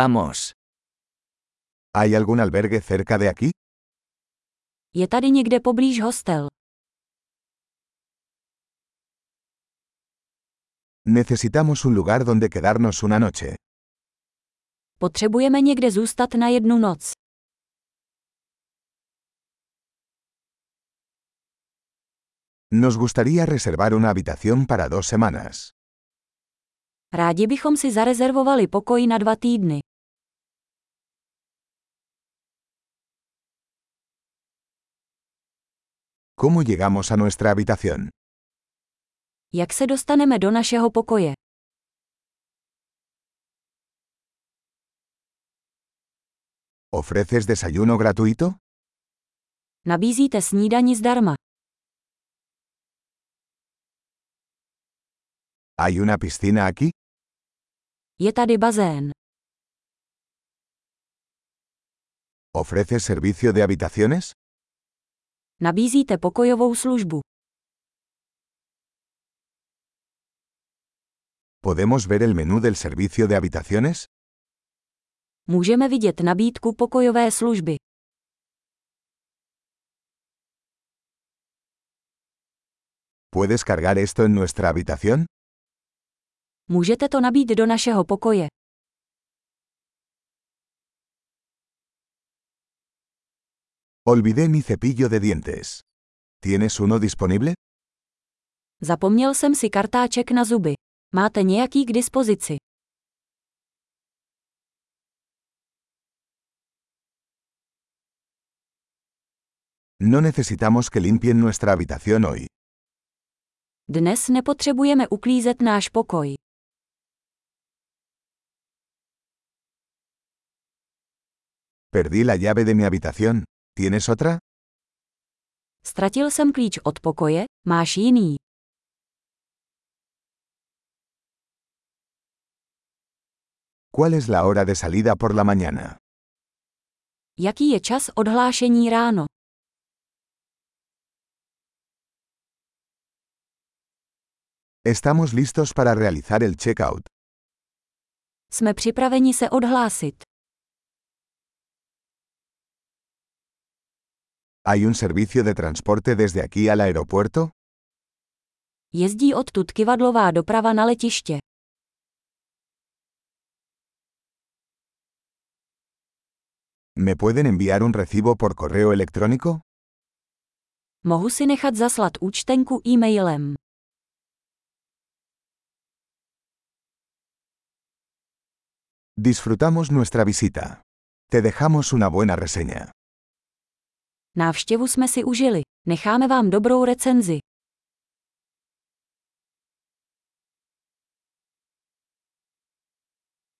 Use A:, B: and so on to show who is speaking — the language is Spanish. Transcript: A: Vamos.
B: ¿Hay algún albergue cerca de aquí?
C: Je tady někde poblíž hostel.
B: Necesitamos un lugar donde quedarnos una noche.
C: Potřebujeme někde zůstat na jednu noc.
B: Nos gustaría reservar una habitación para dos semanas.
C: Rádi bychom si zarezervovali pokoj na dva týdny.
B: ¿Cómo llegamos a nuestra habitación?
C: Jak se dostaneme do našeho pokoje?
B: ¿Ofreces desayuno gratuito?
C: Nabízíte snídani zdarma.
B: ¿Hay una piscina aquí?
C: Je tady bazén.
B: ¿Ofreces servicio de habitaciones?
C: Nabízíte pokojovou službu.
B: ¿Podemos ver el menú del servicio de habitaciones?
C: Můžeme vidět nabídku pokojové služby.
B: ¿Puedes cargar esto en nuestra habitación?
C: Můžete to nabít do našeho pokoje.
B: Olvidé mi cepillo de dientes. ¿Tienes uno disponible?
C: Zapomněl jsem si kartáček na zuby. Máte nějaký k dispozici?
B: No necesitamos que limpien nuestra habitación hoy.
C: Dnes nepotřebujeme uklízet náš pokoj.
B: Perdí la llave de mi habitación. ¿Tienes otra?
C: Ztratil jsem klíč od pokoje, máš jiný.
B: ¿Cuál es la hora de salida por la mañana?
C: Jaký je čas odhlášení ráno?
B: Estamos listos para realizar el checkout.
C: Jsme připraveni se odhlásit.
B: ¿Hay un servicio de transporte desde aquí al aeropuerto?
C: Jezdí odtud kivadlová doprava na letiště.
B: ¿Me pueden enviar un recibo por correo electrónico?
C: Mohu si nechat zaslat účtenku e-mailem.
B: Disfrutamos nuestra visita. Te dejamos una buena reseña.
C: Návštěvu jsme si užili. Necháme vám dobrou recenzi.